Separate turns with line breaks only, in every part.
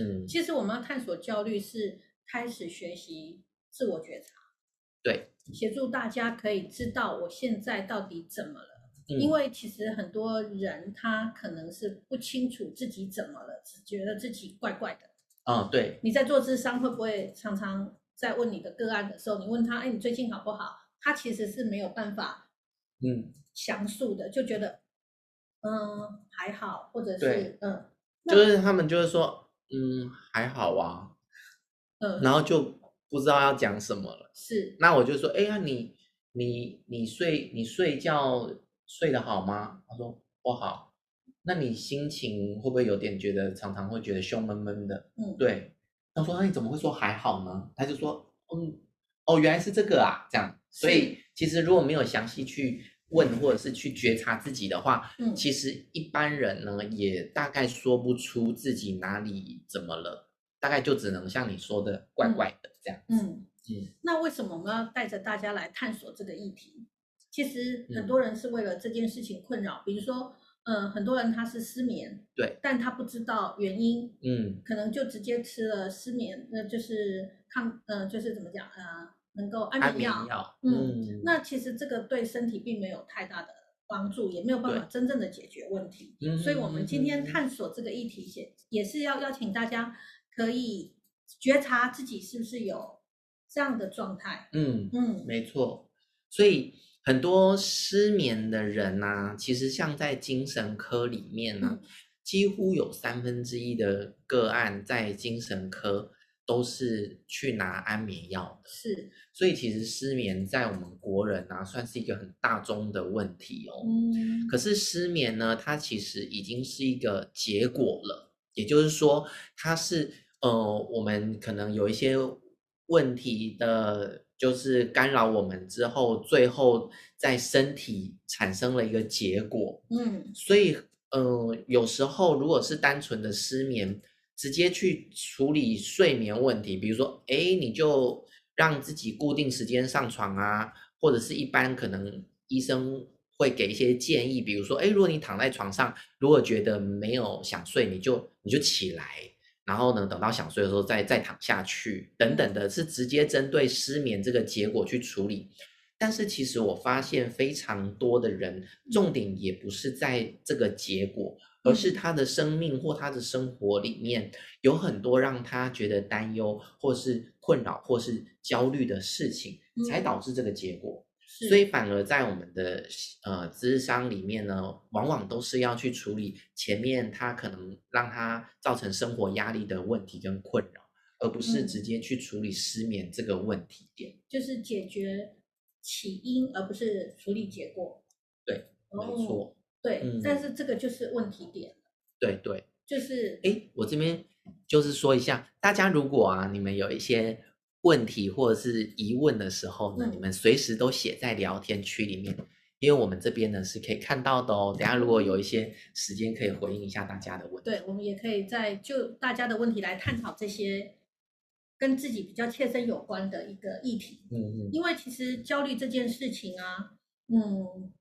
嗯，
其实我们要探索焦虑是开始学习自我觉察，
对，
协助大家可以知道我现在到底怎么了。
嗯
因为其实很多人他可能是不清楚自己怎么了，只觉得自己怪怪的。
嗯，对，
你在做智商会不会常常在问你的个案的时候，你问他，哎，你最近好不好？他其实是没有办法
嗯，
详述的，就觉得，嗯，还好，或者是
对
嗯那
就是他们就是说，嗯，还好啊，
嗯
然后就不知道要讲什么了。
是
那我就说，哎呀，你你你睡你睡觉睡得好吗？他说不好。那你心情会不会有点觉得常常会觉得胸闷闷的？
嗯
对。他说那你怎么会说还好呢？他就说，嗯，哦，原来是这个啊，这样。所以其实如果没有详细去问或者是去觉察自己的话，
嗯
其实一般人呢也大概说不出自己哪里怎么了，大概就只能像你说的怪
嗯
怪的这样。
嗯
嗯
那为什么我们要带着大家来探索这个议题？其实很
嗯
多人是为了这件事情困扰，比如说，嗯，很多人他是失眠，
对，
但他不知道原因，
嗯。
可能就直接吃了失眠，那、就是抗，呃，就是怎么讲，呃，能够安
安
眠
眠
药，
药，
嗯
嗯，
那其实这个对身体并没有太大的帮助，也没有办法
对
真正的解决问题。
嗯
所以，我们今
嗯
天
嗯嗯
探索这个议题，也也是要邀请大家可以觉察自己是不是有这样的状态。
嗯，
嗯
没错。所以很多失眠的人呐、其实像在精神科里面呢、
嗯
几乎有三分之一的个案在精神科都是去拿安眠药的。
是，
所以其实失眠在我们国人啊，算是一个很大宗的问题哦。
嗯，
可是失眠呢，它其实已经是一个结果了，也就是说，它是呃，我们可能有一些问题的，就是干扰我们之后，最后在身体产生了一个结果。
嗯
所以，呃，有时候如果是单纯的失眠，直接去处理睡眠问题，比如说，哎，你就让自己固定时间上床啊，或者是一般可能医生会给一些建议，比如说，哎，如果你躺在床上，如果觉得没有想睡，你就你就起来。然后呢，等到想睡的时候再再躺下去，等等的，是直接针对失眠这个结果去处理。但是其实我发现非常多的人，重点也不是在这个结果，而是
嗯
他的生命或他的生活里面有很多让他觉得担忧，或是困扰，或是焦虑的事情，才
嗯
导致这个结果。
是，
所以反而在我们的呃智商里面呢，往往都是要去处理前面他可能让他造成生活压力的问题跟困扰，而不是
嗯
直接去处理失眠这个问题点。
就是解决起因，而不是处理结果。
对，
哦、
没，错，
对、但
嗯
是这个就是问题点，
对对。
就是
诶，我这边就是说一下，大家如果啊，你们有一些问题或者是疑问的时候呢，你
嗯
们随时都写在聊天区里面，因为我们这边呢是可以看到的哦。等下如果有一些时间可以回应一下大家的问题，
对，我们也可以在就大家的问题来探讨这些跟自己比较切身有关的一个议题。
嗯嗯，
因为其实焦虑这件事情啊，嗯，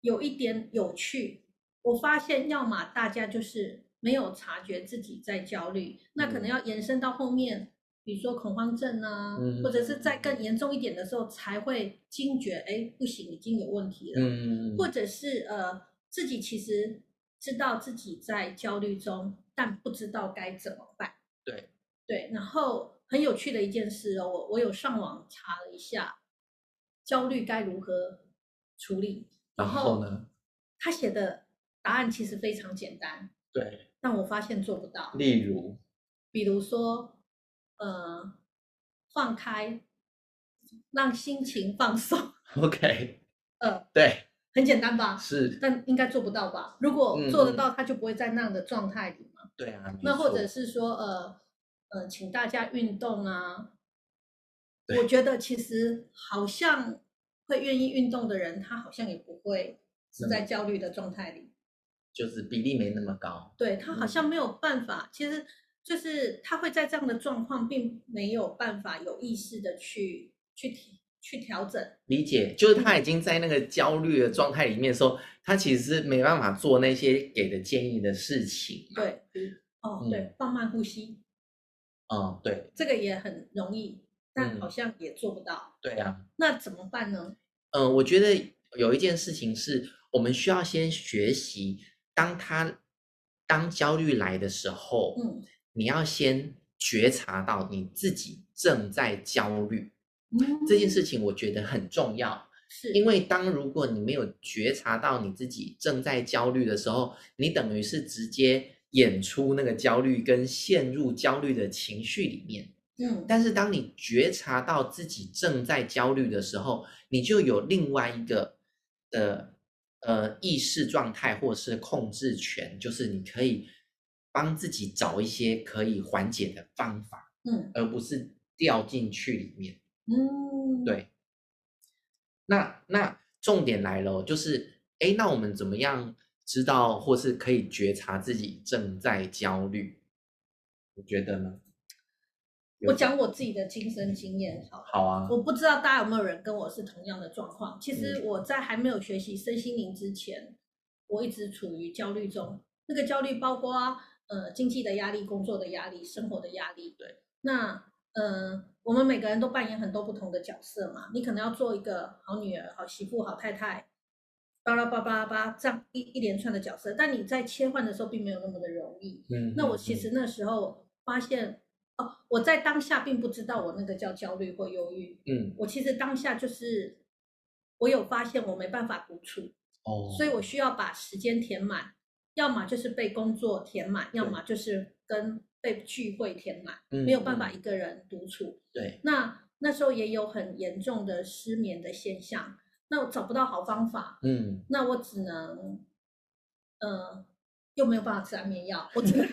有一点有趣。我发现，要么大家就是没有察觉自己在焦虑，那可能
嗯
要延伸到后面，比如说恐慌症啊，
嗯
或者是在更严重一点的时候才会惊觉，哎，不行，已经有问题了。
嗯嗯嗯
或者是呃自己其实知道自己在焦虑中，但不知道该怎么办。
对
对，然后很有趣的一件事哦，我我有上网查了一下，焦虑该如何处理，
然后呢？
他写的答案其实非常简单，
对，
但我发现做不到。
例如，
比如说，呃，放开，让心情放松，
OK，
呃，
对，
很简单吧？
是，
但应该做不到吧？如果
嗯
做得到，他就不会在那样的状态里嘛。
对啊，没
那或者
错
是说，呃呃，请大家运动啊。
对
我觉得其实好像会愿意运动的人，他好像也不会是
嗯
在焦虑的状态里。
就是比例没那么高，
对他好
嗯
像没有办法，其实就是他会在这样的状况，并没有办法有意识的去去提去调整。
理解，就是他已经在那个焦虑的状态里面的时候，他其实是没办法做那些给的建议的事情嘛。
对，比哦，
嗯
对，放慢呼吸，
嗯，对
这个也很容易，但
嗯
好像也做不到。
对呀、
那怎么办呢？
嗯，我觉得有一件事情是我们需要先学习，当他当焦虑来的时候，
嗯
你要先觉察到你自己正在焦虑
嗯
这件事情，我觉得很重要。
是
因为当如果你没有觉察到你自己正在焦虑的时候，你等于是直接演出那个焦虑，跟陷入焦虑的情绪里面。
嗯
但是当你觉察到自己正在焦虑的时候，你就有另外一个呃呃意识状态或是控制权，就是你可以帮自己找一些可以缓解的方法，
嗯
而不是掉进去里面。
嗯，
对那那重点来了哦，就是诶，那我们怎么样知道或是可以觉察自己正在焦虑？你觉得呢？有
我讲我自己的亲身经验好了。
好啊，
我不知道大家有没有人跟我是同样的状况。其
嗯
实我在还没有学习身心灵之前，我一直处于焦虑中。那个焦虑包括呃经济的压力、工作的压力、生活的压力。
对，
那呃我们每个人都扮演很多不同的角色嘛。你可能要做一个好女儿、好媳妇、好太太，巴拉巴拉巴拉巴拉这样一一连串的角色，但你在切换的时候并没有那么的容易。
嗯
那
嗯
我其
嗯
实那时候发现，哦，我在当下并不知道我那个叫焦虑或忧郁，
嗯
我其实当下就是我有发现我没办法独处，
哦，
所以我需要把时间填满，要么就是被工作填满，要
对
么就是跟被聚会填满，
以
没有办法一个人独
嗯
处。
对。
那那时候也有很严重的失眠的现象，那我找不到好方法，
嗯，
那我只能，呃，又没有办法吃安眠药，我只能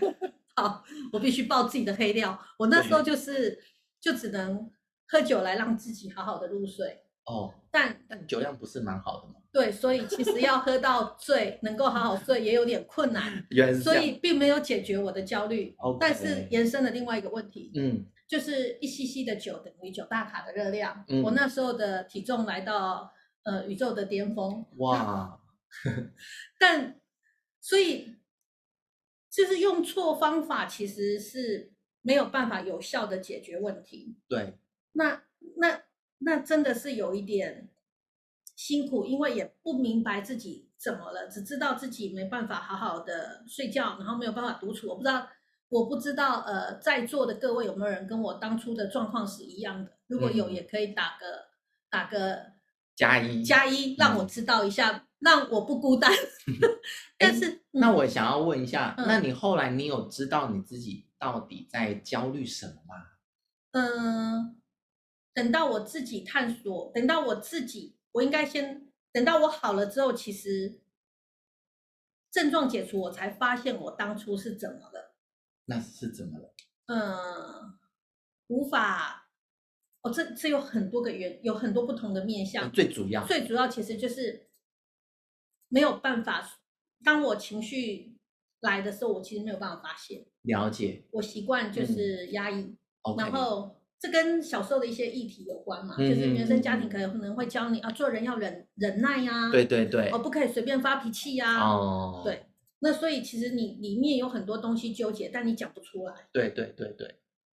好，我必须爆自己的黑料。我那时候就是就只能喝酒来让自己好好的入睡，
哦，
但
但酒量不是蛮好的吗？
对，所以其实要喝到醉，能够好好睡也有点困难，
原来是
所
这
以
样，
并没有解决我的焦虑。但是
OK
延伸了另外一个问题，
嗯
就是一 cc 的酒等于九大卡的热量。
嗯
我那时候的体重来到呃宇宙的巅峰，
哇，
但所以就是用错方法，其实是没有办法有效的解决问题。
对，
那那那真的是有一点辛苦，因为也不明白自己怎么了，只知道自己没办法好好的睡觉，然后没有办法独处。我不知道，我不知道，呃，在座的各位有没有人跟我当初的状况是一样的？如果有，
嗯
也可以打个、打个
加一。
加一，让我知道一下，让我不孤单。但是，嗯
那我想要问一下，
嗯
那你后来你有知道你自己到底在焦虑什么吗？
嗯，等到我自己探索，等到我自己，我应该先等到我好了之后，其实症状解除，我才发现我当初是怎么了。
那是怎么了？
嗯，无法，哦，这这有很多个原，有很多不同的面向。
呃最主要，
最主要其实就是没有办法，当我情绪来的时候，我其实没有办法发泄，
了解。
我习惯就
嗯
是压抑。
OK，
然后这跟小时候的一些议题有关嘛，
嗯
就是原生家
嗯
庭
嗯嗯
可能会教你啊，做人要忍忍耐呀、
对，对对
哦，，不可以随便发脾气呀、
哦，
对那所以其实你里面有很多东西纠结，但你讲不出来。
对对对对，了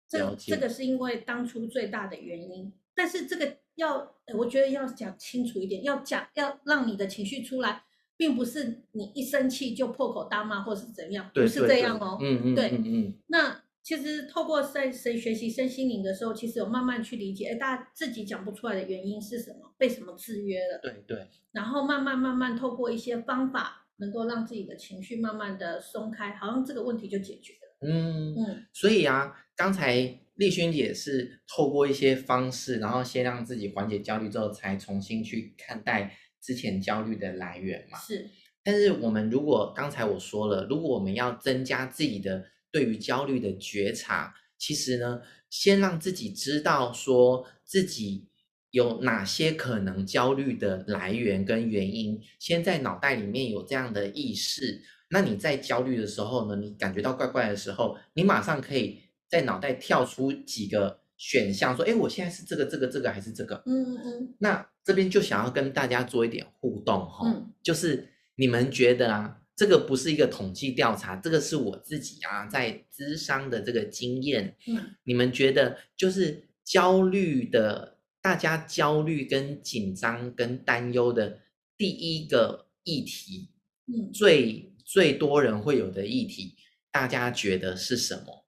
这
解
这个是因为当初最大的原因，但是这个要，呃我觉得要讲清楚一点，要讲要让你的情绪出来，并不是你一生气就破口大骂或是怎样，
对
不是
对
这
对
样哦。
嗯嗯
对
嗯嗯，
那其实透过在谁学习身心灵的时候，其实有慢慢去理解，哎，大家自己讲不出来的原因是什么，被什么制约了，
对对，
然后慢慢慢慢透过一些方法，能够让自己的情绪慢慢的松开，好像这个问题就解决了。
嗯。
嗯
所以啊，刚才丽轩姐是透过一些方式，然后先让自己缓解焦虑之后，才重新去看待之前焦虑的来源嘛。
是，
但是我们如果刚才我说了，如果我们要增加自己的对于焦虑的觉察，其实呢，先让自己知道说自己有哪些可能焦虑的来源跟原因，先在脑袋里面有这样的意识。那你在焦虑的时候呢，你感觉到怪怪的时候，你马上可以在脑袋跳出几个选项，说，哎，我现在是这个这个这个还是这个？
嗯嗯
那这边就想要跟大家做一点互动哈、
嗯
就是你们觉得啊，这个不是一个统计调查，这个是我自己啊在咨商的这个经验。
嗯，
你们觉得就是焦虑的，大家焦虑跟紧张跟担忧的第一个议题，
嗯
最最多人会有的议题，大家觉得是什么？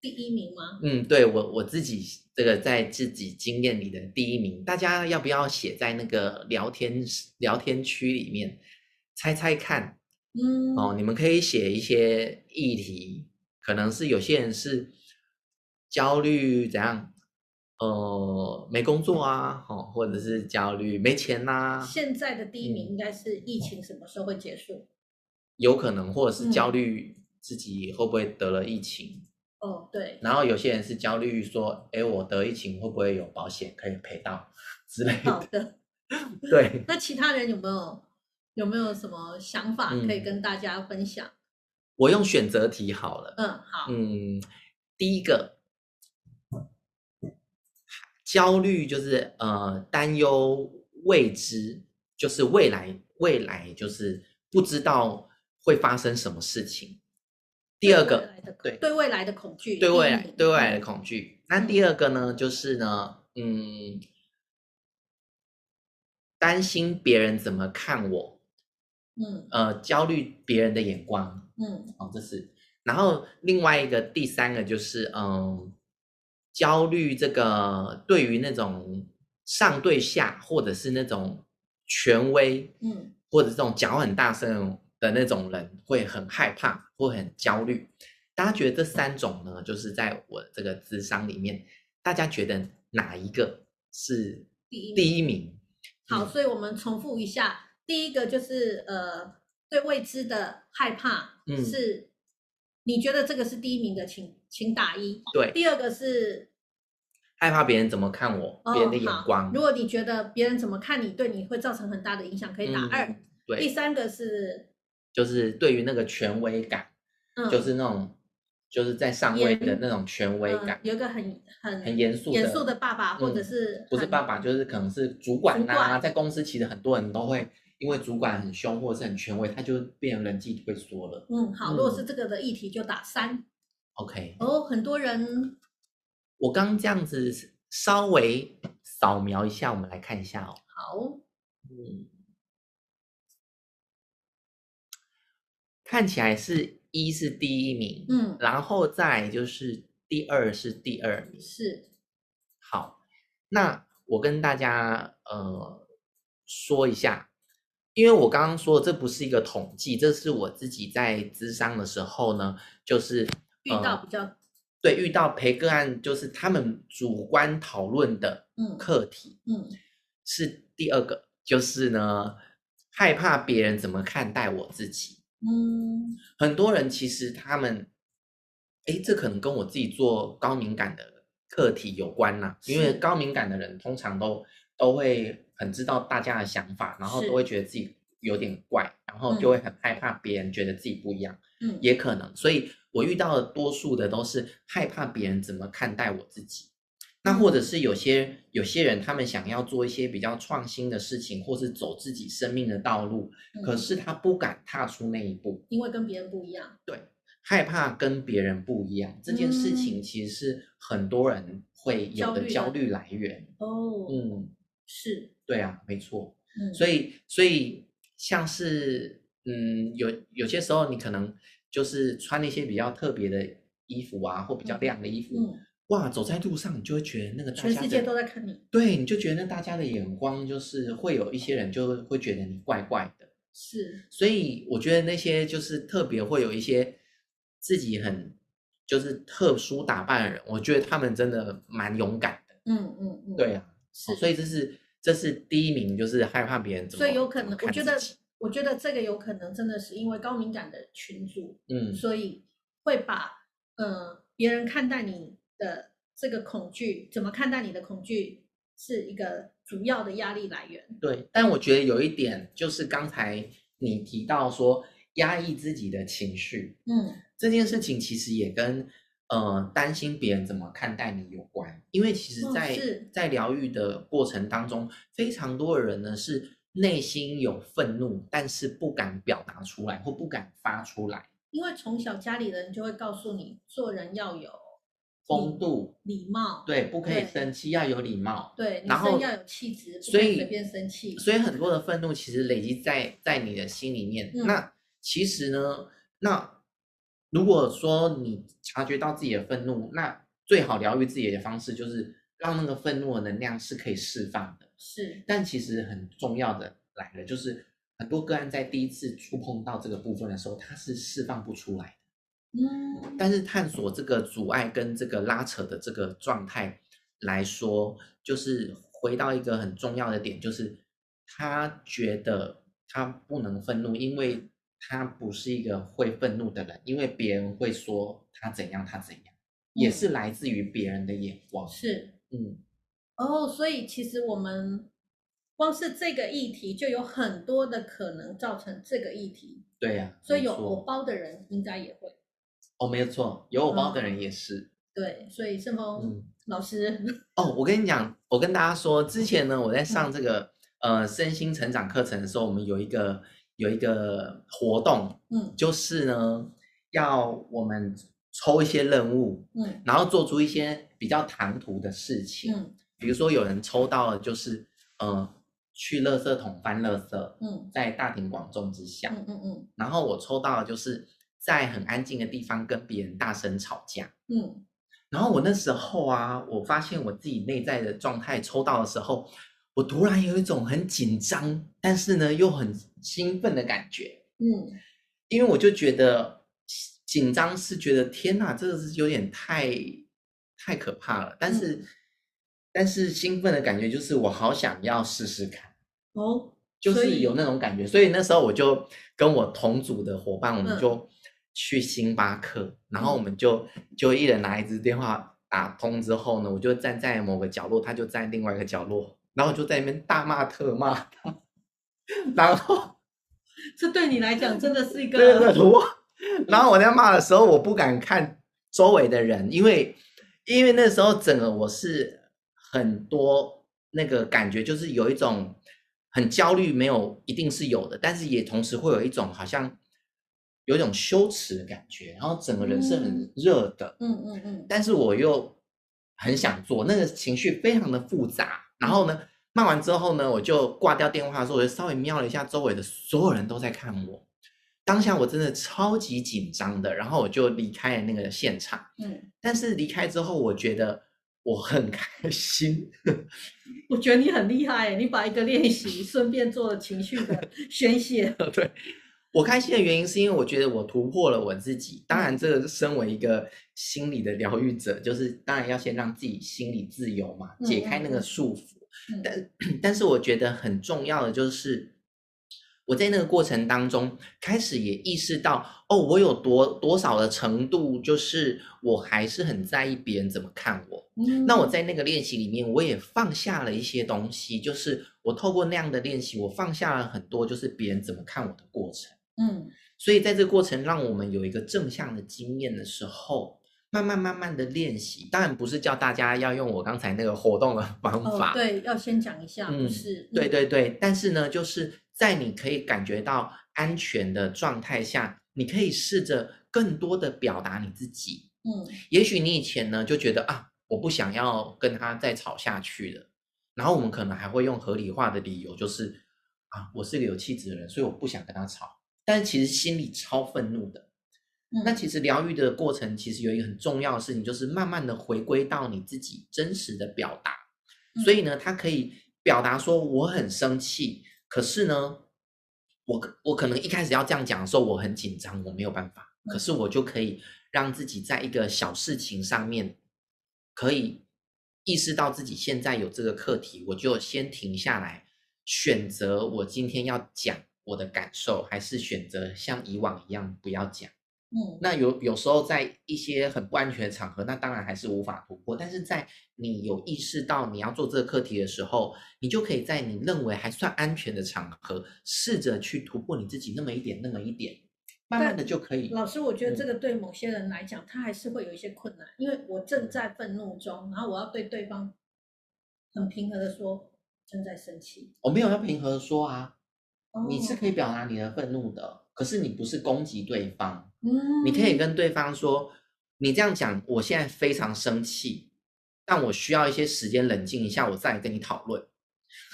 第一名吗？
嗯，对我我自己这个在自己经验里的第一名，大家要不要写在那个聊天室聊天区里面猜猜看？
嗯，
哦，你们可以写一些议题，可能是有些人是焦虑怎样，呃，没工作啊，哦，或者是焦虑没钱呐、
现在的第一名应该是疫情什么时候会结束？
有可能，或者是焦
嗯
虑自己会不会得了疫情，
哦，对，
然后有些人是焦虑说，哎，我得疫情会不会有保险可以赔到之类
好
的，
的。
对，
那其他人有没有有没有什么想法可以
嗯
跟大家分享？
我用选择题好了，
嗯，好，
嗯，第一个焦虑就是呃担忧未知，就是未来未来就是不知道会发生什么事情。第二个
对未来的嗯恐对未来的恐惧，
对未来
第一名
对未来的恐惧，那第二个呢就是呢，嗯，担心别人怎么看我，
嗯
呃，焦虑别人的眼光。
嗯
哦，这是。然后另外一个第三个就是，嗯，焦虑这个对于那种上对下或者是那种权威
嗯
或者这种讲话很大声的那种人会很害怕，会很焦虑。大家觉得这三种呢，就是在我这个智商里面，大家觉得哪一个是
第一名。
第一名？
好，
嗯
所以我们重复一下，第一个就是呃对未知的害怕，
嗯
是你觉得这个是第一名的，请请打一。
对
第二个是
害怕别人怎么看我，别人的
哦
眼
好
光。
如果你觉得别人怎么看你，对你会造成很大的影响，可以打二。
嗯
第
对，
三个是，
就是对于那个权威感。
嗯，
就是那种就是在上位的
严
那种权威感
嗯，有一个很很
很严肃
严
的
肃的爸爸，或者
嗯
是
不是
很
爸爸就是可能是主管
主
呐、
管
在公司其实很多人都会因为主管很凶或者是很权威，他就变人际退缩了。
嗯，好，如果
嗯
是这个的议题就打三。
OK，
哦，很多人
我刚这样子稍微扫描一下，我们来看一下哦。
好，
嗯，看起来是一是第一名，
嗯，
然后再来就是第二是第二名。
是，
好，那我跟大家呃说一下，因为我刚刚说的这不是一个统计，这是我自己在咨商的时候呢，就是
遇到
呃
比较，
对遇到陪个案，就是他们主观讨论的
嗯
课题
嗯
是第二个，就是呢害怕别人怎么看待我自己。
嗯
很多人其实他们，哎，这可能跟我自己做高敏感的课题有关啦、因为
是
高敏感的人通常都都会很知道大家的想法，然后
是
都会觉得自己有点怪，然后就会很害怕别人觉得自己不一样，
嗯，
也可能。所以我遇到的多数的都是害怕别人怎么看待我自己。那或
嗯
者是有些有些人，他们想要做一些比较创新的事情，或是走自己生命的道路，可
嗯
是他不敢踏出那一步。
因为跟别人不一样，
害怕跟别人不一样这件事情，
嗯
其实是很多人会有的
焦
焦
虑
虑来源。
哦，
嗯，
是，
对啊，没错。
嗯，
所
以
以，所以像是嗯，有有些时候你可能就是穿一些比较特别的衣服啊，或比较
嗯
亮的衣服，
嗯，
哇，走在路上你就会觉得那个大
全
家
世界
的
都在看你，
对，你就觉得大家的眼光就是会有一些人就会会觉得你怪怪的。
是，
所以我觉得那些就是特别会有一些自己很就是特殊打扮的人，我觉得他们真的蛮勇敢的。
嗯嗯嗯，
对，啊，
是，
所以这是这是第一名，就是害怕别人怎么，
所以有可
怎，
能我
么看
觉得
自己，
我觉得这个有可能真的是因为高敏感的群组，
嗯，
所以会把呃别人看待你的这个恐惧，怎么看待你的恐惧，是一个主要的压力来源。
对。但我觉得有一点就是刚才你提到说压抑自己的情绪
嗯
这件事情，其实也跟呃担心别人怎么看待你有关，因为其实
哦
在、
是
在疗愈的过程当中，非常多的人呢是内心有愤怒，但是不敢表达出来或不敢发出来，
因为从小家里人就会告诉你，做人要有
风度，
礼貌，
对，不可以
对
生气，要有礼貌。
对，女
然后
生要有气质，不
所
可以
以
随便生气。
所以很多的愤怒其实累积在在你的心里面。
嗯
那其实呢，那如果说你察觉到自己的愤怒，那最好疗愈自己的方式就是让那个愤怒的能量是可以释放的。
是
但其实很重要的来了，就是很多个案在第一次触碰到这个部分的时候，它是释放不出来的。
嗯，
但是探索这个阻碍跟这个拉扯的这个状态来说，就是回到一个很重要的点，就是他觉得他不能愤怒，因为他不是一个会愤怒的人，因为别人会说他怎样他怎样，也
嗯
是来自于别人的眼光。
是
嗯，
哦，所以其实我们光是这个议题就有很多的可能造成这个议题，
对呀、
所以
没
有
错
偶包的人应该也会
哦，没有错，有偶
嗯
包的人也是。
对，所以盛峰
嗯
老师，
哦，我跟你讲，我跟大家说，之前呢，我
嗯
在上这个呃身心成长课程的时候，我们有一个有一个活动，
嗯
就是呢要我们抽一些任务，
嗯
然后做出一些比较唐突的事情，
嗯
比如说有人抽到了就是呃去垃圾桶翻垃圾，
嗯
在大庭广众之下，
嗯嗯嗯
然后我抽到了就是在很安静的地方跟别人大声吵架。
嗯，
然后我那时候啊，我发现我自己内在的状态抽到的时候，我突然有一种很紧张，但是呢又很兴奋的感觉，
嗯
因为我就觉得紧张是觉得天哪，这个是有点太太可怕了，但是、但是兴奋的感觉就是我好想要试试看。
哦，
就
所
是
以
有那种感觉，所以那时候我就跟我同组的伙伴，我们
嗯
就去星巴克，然后我
嗯
们就就一人拿一支电话打通之后呢，我就站在某个角落，他就站另外一个角落，然后我就在那边大骂特骂他， 然后
这对你来讲真的是一
对对
个
对，我，然后我在骂的时候，我不敢看周围的人，因为因为那时候整个我是很多那个感觉，就是有一种很焦虑，没有一定是有的，但是也同时会有一种好像有一种羞耻的感觉，然后整个人是很
嗯
热的，
嗯嗯嗯
但是我又很想做，那个情绪非常的复杂。然后呢，骂完之后呢，我就挂掉电话的时候，我就稍微瞄了一下周围的所有人都在看我。当下我真的超级紧张的，然后我就离开了那个现场。
嗯，
但是离开之后，我觉得我很开心，
我觉得你很厉害，你把一个练习顺便做了情绪的宣泄，
对我开心的原因是因为我觉得我突破了我自己。当
嗯
然，这个身为一个心理的疗愈者，就是当然要先让自己心理自由嘛，解开那
嗯嗯
个
嗯
束缚。
嗯
但但是我觉得很重要的就是，我在那个过程当中开始也意识到，哦，我有多多少的程度，就是我还是很在意别人怎么看我。
嗯
那我在那个练习里面，我也放下了一些东西，就是我透过那样的练习，我放下了很多，就是别人怎么看我的过程。
嗯
所以在这个过程，让我们有一个正向的经验的时候，慢慢慢慢的练习。当然不是叫大家要用我刚才那个活动的方
哦
法，
对，要先讲一下，不
嗯
是嗯
对对对，但是呢，就是在你可以感觉到安全的状态下，你可以试着更多的表达你自己。
嗯
也许你以前呢就觉得啊，我不想要跟他再吵下去了，然后我们可能还会用合理化的理由，就是啊，我是个有气质的人，所以我不想跟他吵。但其实心里超愤怒的。
嗯
那其实疗愈的过程，其实有一个很重要的事情，就是慢慢的回归到你自己真实的表达。所以呢，他可以表达说我很生气，可是呢，我可我可能一开始要这样讲的时候，我很紧张，我没有办法，可
嗯
是我就可以让自己在一个小事情上面，可以意识到自己现在有这个课题，我就先停下来，选择我今天要讲我的感受，还是选择像以往一样不要讲。
嗯
那有有时候在一些很不安全的场合，那当然还是无法突破。但是在你有意识到你要做这个课题的时候，你就可以在你认为还算安全的场合，试着去突破你自己那么一点，那么一点，慢慢的就可以。
老师，我觉
嗯
得这个对某些人来讲，他还是会有一些困难，因为我正在愤怒中，然后我要对对方很平和的说，正在生气。
我没有要平和说啊，你是
哦
可以表达你的愤怒的，可是你不是攻击对方，
嗯，
你可以跟对方说，你这样讲，我现在非常生气，但我需要一些时间冷静一下，我再来跟你讨论。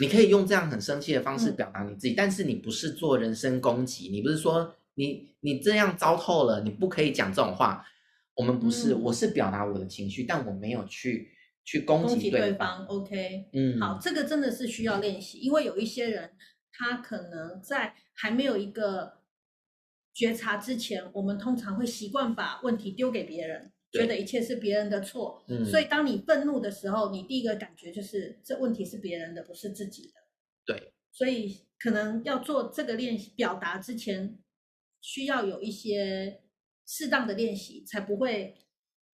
你可以用这样很生气的方式
嗯
表达你自己，但是你不是做人身攻击，你不是说你你这样糟透了，你不可以讲这种话。我们不是，我是表达我的情绪，但我没有去去攻
嗯攻击
击
对
对
方。OK，
嗯，
好，，这个真的是需要练习，因为有一些人他可能在还没有一个觉察之前，我们通常会习惯把问题丢给别人，觉
对
得一切是别人的错。
嗯，
所以当你愤怒的时候，你第一个感觉就是这问题是别人的，不是自己的。
对，
所以可能要做这个练习表达之前，需要有一些适当的练习，才不会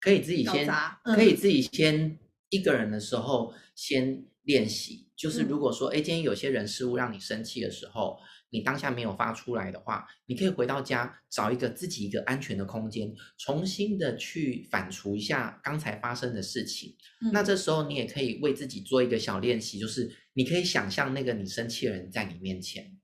可以自己
搞
先
砸。嗯
可以自己先一个人的时候先练习，就是如
嗯
果说，哎，今天有些人事物让你生气的时候，你当下没有发出来的话，你可以回到家找一个自己一个安全的空间，重新的去反刍一下刚才发生的事情。
嗯，
那这时候你也可以为自己做一个小练习，就是你可以想象那个你生气的人在你面前，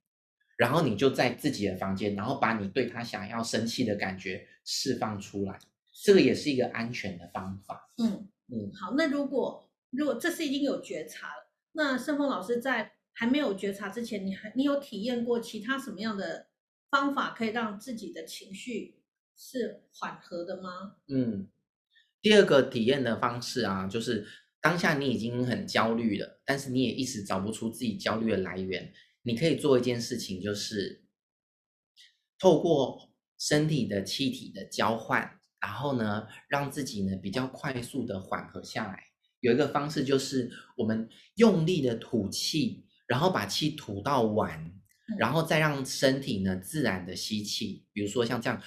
然后你就在自己的房间，然后把你对他想要生气的感觉释放出来，这个也是一个安全的方法。
嗯
嗯
好，那如果如果这是已经有觉察了，那盛峰老师在还没有觉察之前，你还你有体验过其他什么样的方法可以让自己的情绪是缓和的吗？
嗯，第二个体验的方式啊，就是当下你已经很焦虑了，但是你也一直找不出自己焦虑的来源。你可以做一件事情，就是透过身体的气体的交换，然后呢，让自己呢比较快速的缓和下来。有一个方式就是我们用力的吐气，然后把气吐到完，然后再让身体呢自然的吸气，比如说像这样。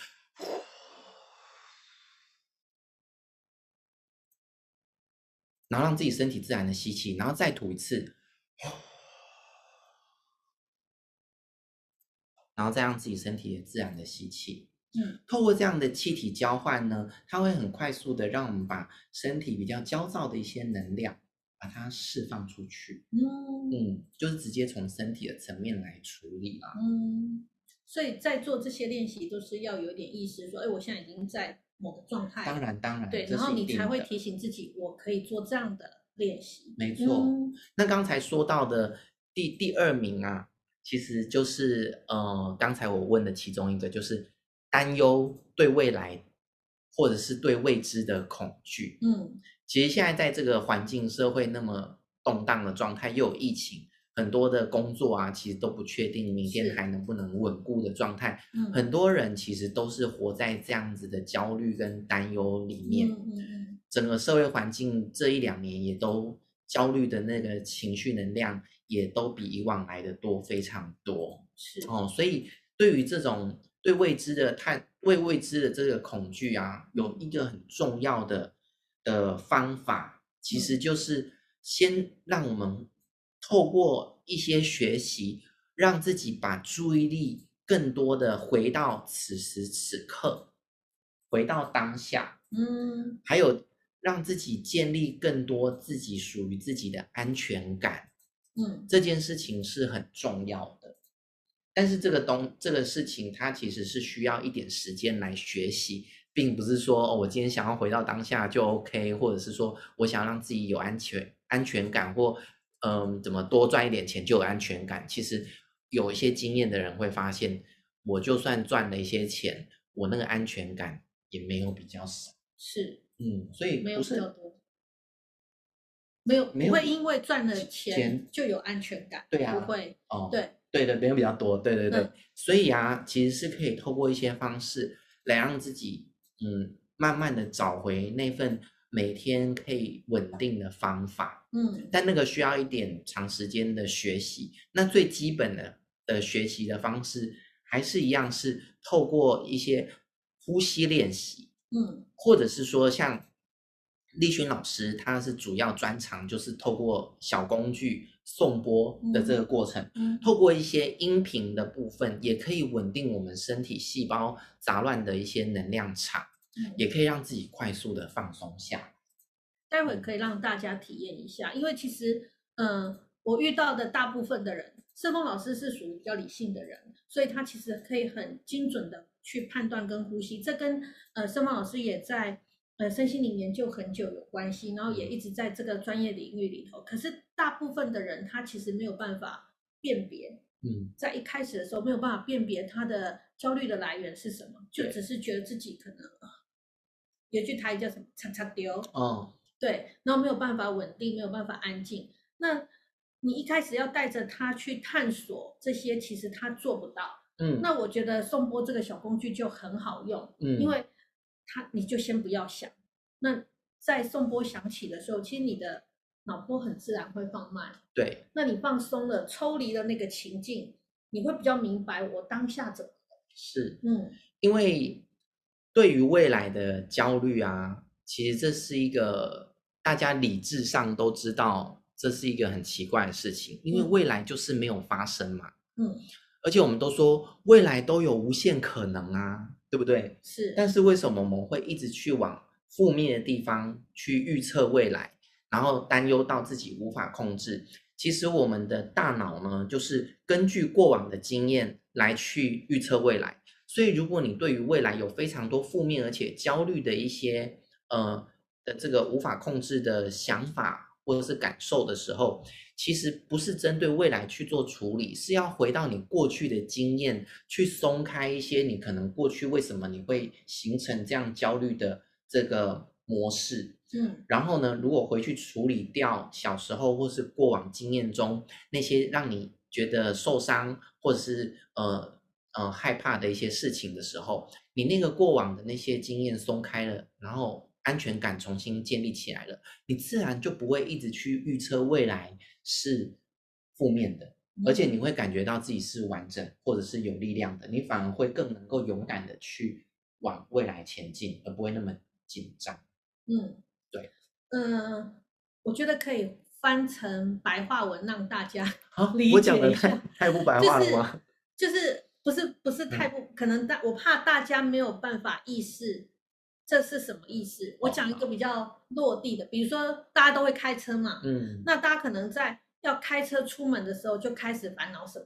然后让自己身体自然的吸气，然后再吐一次，然后再让自己身体也自然的吸气。
嗯，
透过这样的气体交换呢，它会很快速的让我们把身体比较焦躁的一些能量，把它释放出去。
嗯
嗯，就是直接从身体的层面来处理啦。
嗯，所以在做这些练习都是要有点意识，说，哎，我现在已经在某个状态，
当，然，当然，
对，
这
然后
是一
你才
定
会
的
提醒自己，我可以做这样的练习。
没错。
嗯
那刚才说到的第第二名啊，其实就是呃，刚才我问的其中一个，就是担忧对未来或者是对未知的恐惧。
嗯
其实现在在这个环境社会那么动荡的状态，又有疫情，很多的工作啊，其实都不确定明
是
天还能不能稳固的状态。
嗯，
很多人其实都是活在这样子的焦虑跟担忧里面。
嗯嗯嗯
整个社会环境这一两年也都焦虑的那个情绪能量也都比以往来的多非常多
是，
哦，所以对于这种对未知的探对未知的这个恐惧啊，有一个很重要的的方法，其实就是先让我们透过一些学习，让自己把注意力更多的回到此时此刻，回到当下。
嗯。
还有让自己建立更多自己属于自己的安全感，
嗯
这件事情是很重要的。但是这个东这个事情，它其实是需要一点时间来学习，并不是说、哦、我今天想要回到当下就 OK，或者是说我想要让自己有安全安全感，或嗯怎么多赚一点钱就有安全感。其实有一些经验的人会发现，我就算赚了一些钱，我那个安全感也没有比较少。，
是
嗯，所以
没有
不
比
是
较多，没有
没
不会
有
因为赚了钱
钱
就有安全感，
对啊
不会，
哦，
对，
对的，别人比较多，对对对，
嗯
所以啊，其实是可以透过一些方式来让自己，嗯，慢慢的找回那份每天可以稳定的方法，
嗯
但那个需要一点长时间的学习。那最基本的的学习的方式还是一样，是透过一些呼吸练习，
嗯
或者是说像立勋老师，他是主要专长就是透过小工具送波的这个过程，
嗯
透过一些音频的部分，也可以稳定我们身体细胞杂乱的一些能量场，
嗯
也可以让自己快速的放松下。
待会可以让大家体验一下，因为其实，嗯、我遇到的大部分的人，社峰老师是属于比较理性的人，所以他其实可以很精准的去判断跟呼吸，这跟呃社峰老师也在呃身心灵研究很久有关系，然后
嗯
也一直在这个专业领域里头。可是大部分的人他其实没有办法辨别，
嗯，
在一开始的时候没有办法辨别他的焦虑的来源是什么，就
对
只是觉得自己可能呃有一句台语叫什么“叉叉丢”，
哦，
对，然后没有办法稳定，没有办法安静。那你一开始要带着他去探索这些，其实他做不到。
嗯，
那我觉得颂钵这个小工具就很好用，
嗯，
因为他你就先不要想。那在颂钵响起的时候，其实你的脑波很自然会放慢。
对，
那你放松了，抽离了那个情境，你会比较明白我当下怎么。
是，
嗯，
因为对于未来的焦虑啊，其实这是一个大家理智上都知道，这是一个很奇怪的事情，因为
嗯
未来就是没有发生嘛。
嗯，
而且我们都说未来都有无限可能啊，对不对？
是，
但是为什么我们会一直去往负面的地方去预测未来，然后担忧到自己无法控制？其实我们的大脑呢，就是根据过往的经验来去预测未来。所以，如果你对于未来有非常多负面而且焦虑的一些呃的这个无法控制的想法或者是感受的时候，其实不是针对未来去做处理，是要回到你过去的经验去松开一些你可能过去为什么你会形成这样焦虑的这个模式。
嗯
然后呢，如果回去处理掉小时候或是过往经验中那些让你觉得受伤或者是呃呃害怕的一些事情的时候，你那个过往的那些经验松开了，然后安全感重新建立起来了，你自然就不会一直去预测未来是负面的，而且你会感觉到自己是完整或者是有力量的，你反而会更能够勇敢的去往未来前进，而不会那么紧张。
嗯，
对，
呃，我觉得可以翻成白话文让大家
啊
理
我讲
解
的
一
太
下
太不白
就
话了
是
吗？ 嗯
就是不是不是太不、可能大，我怕大家没有办法意识这是什么意思。我
哦
讲一
好
个比较落地的，比如说大家都会开车嘛，
嗯，
那大家可能在要开车出门的时候就开始烦恼什么，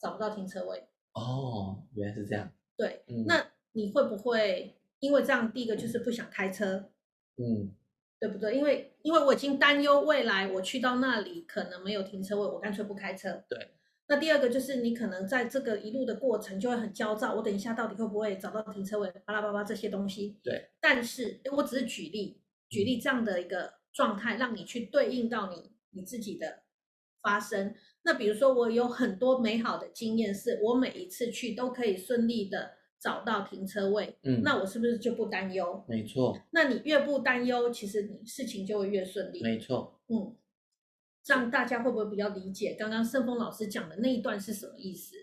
找不到停车位。
哦，原来是这样。
对，
嗯，
那你会不会因为这样，第一个就是不想开车，
嗯
对不对？因为因为我已经担忧未来我去到那里可能没有停车位，我干脆不开车。
对。
那第二个就是你可能在这个一路的过程就会很焦躁，我等一下到底会不会找到停车位，巴拉巴拉这些东西。
对。嗯
但是诶我只是举例，举例这样的一个状态，让你去对应到你你自己的发生。那比如说，我有很多美好的经验，是我每一次去都可以顺利的找到停车位，
嗯，
那我是不是就不担忧？
没错
那你越不担忧，其实你事情就会越顺利。
没错，
嗯，这样大家会不会比较理解刚刚盛峰老师讲的那一段是什么意思？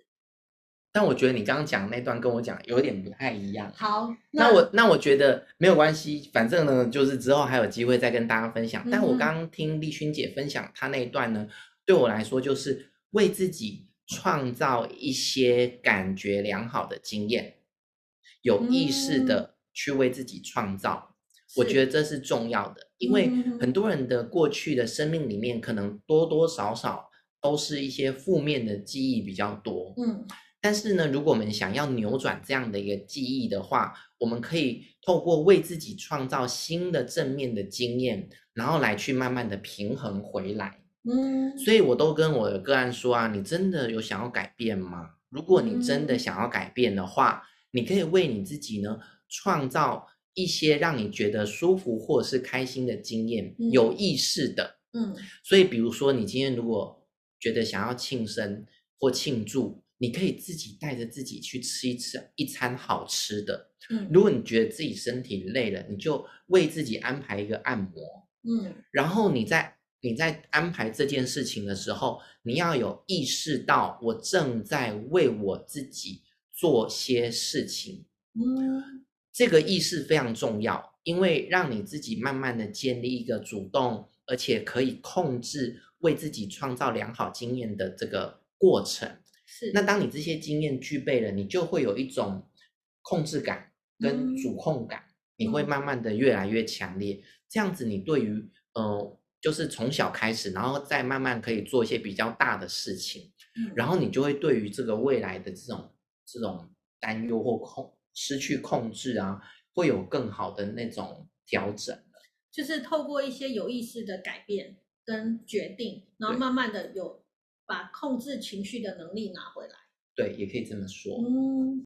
但我觉得你刚刚讲的那段跟我讲有点不太一样。
好，
那我那我觉得没有关系，反正呢，就是之后还有机会再跟大家分享。但我
嗯哼
刚刚听丽勋姐分享她那一段呢，对我来说就是为自己创造一些感觉良好的经验，有意识
嗯
的去为自己创造。我觉得这是重要的，因为
嗯
很多人的过去的生命里面，可能多多少少都是一些负面的记忆比较多。
嗯
但是呢，如果我们想要扭转这样的一个记忆的话，我们可以透过为自己创造新的正面的经验，然后来去慢慢的平衡回来。
嗯，
所以我都跟我的个案说啊，你真的有想要改变吗？如果你真
嗯
的想要改变的话，你可以为你自己呢创造一些让你觉得舒服或者是开心的经验，
嗯
有意识的。
嗯
所以，比如说你今天如果觉得想要庆生或庆祝，你可以自己带着自己去吃一次一餐好吃的。
嗯
如果你觉得自己身体累了，你就为自己安排一个按摩，
嗯
然后你在你在安排这件事情的时候，你要有意识到我正在为我自己做些事情，
嗯
这个意识非常重要，因为让你自己慢慢的建立一个主动，而且可以控制为自己创造良好经验的这个过程。
是
那当你这些经验具备了，你就会有一种控制感跟主控感，你会
嗯
慢慢的越来越强烈。这样子，你对于呃就是从小开始，然后再慢慢可以做一些比较大的事情，
嗯
然后你就会对于这个未来的这种这种担忧或控失去控制啊，会有更好的那种调整。
就是透过一些有意识的改变跟决定，然后
对
慢慢的有把控制情绪的能力拿回来。
对，也可以这么说。
嗯，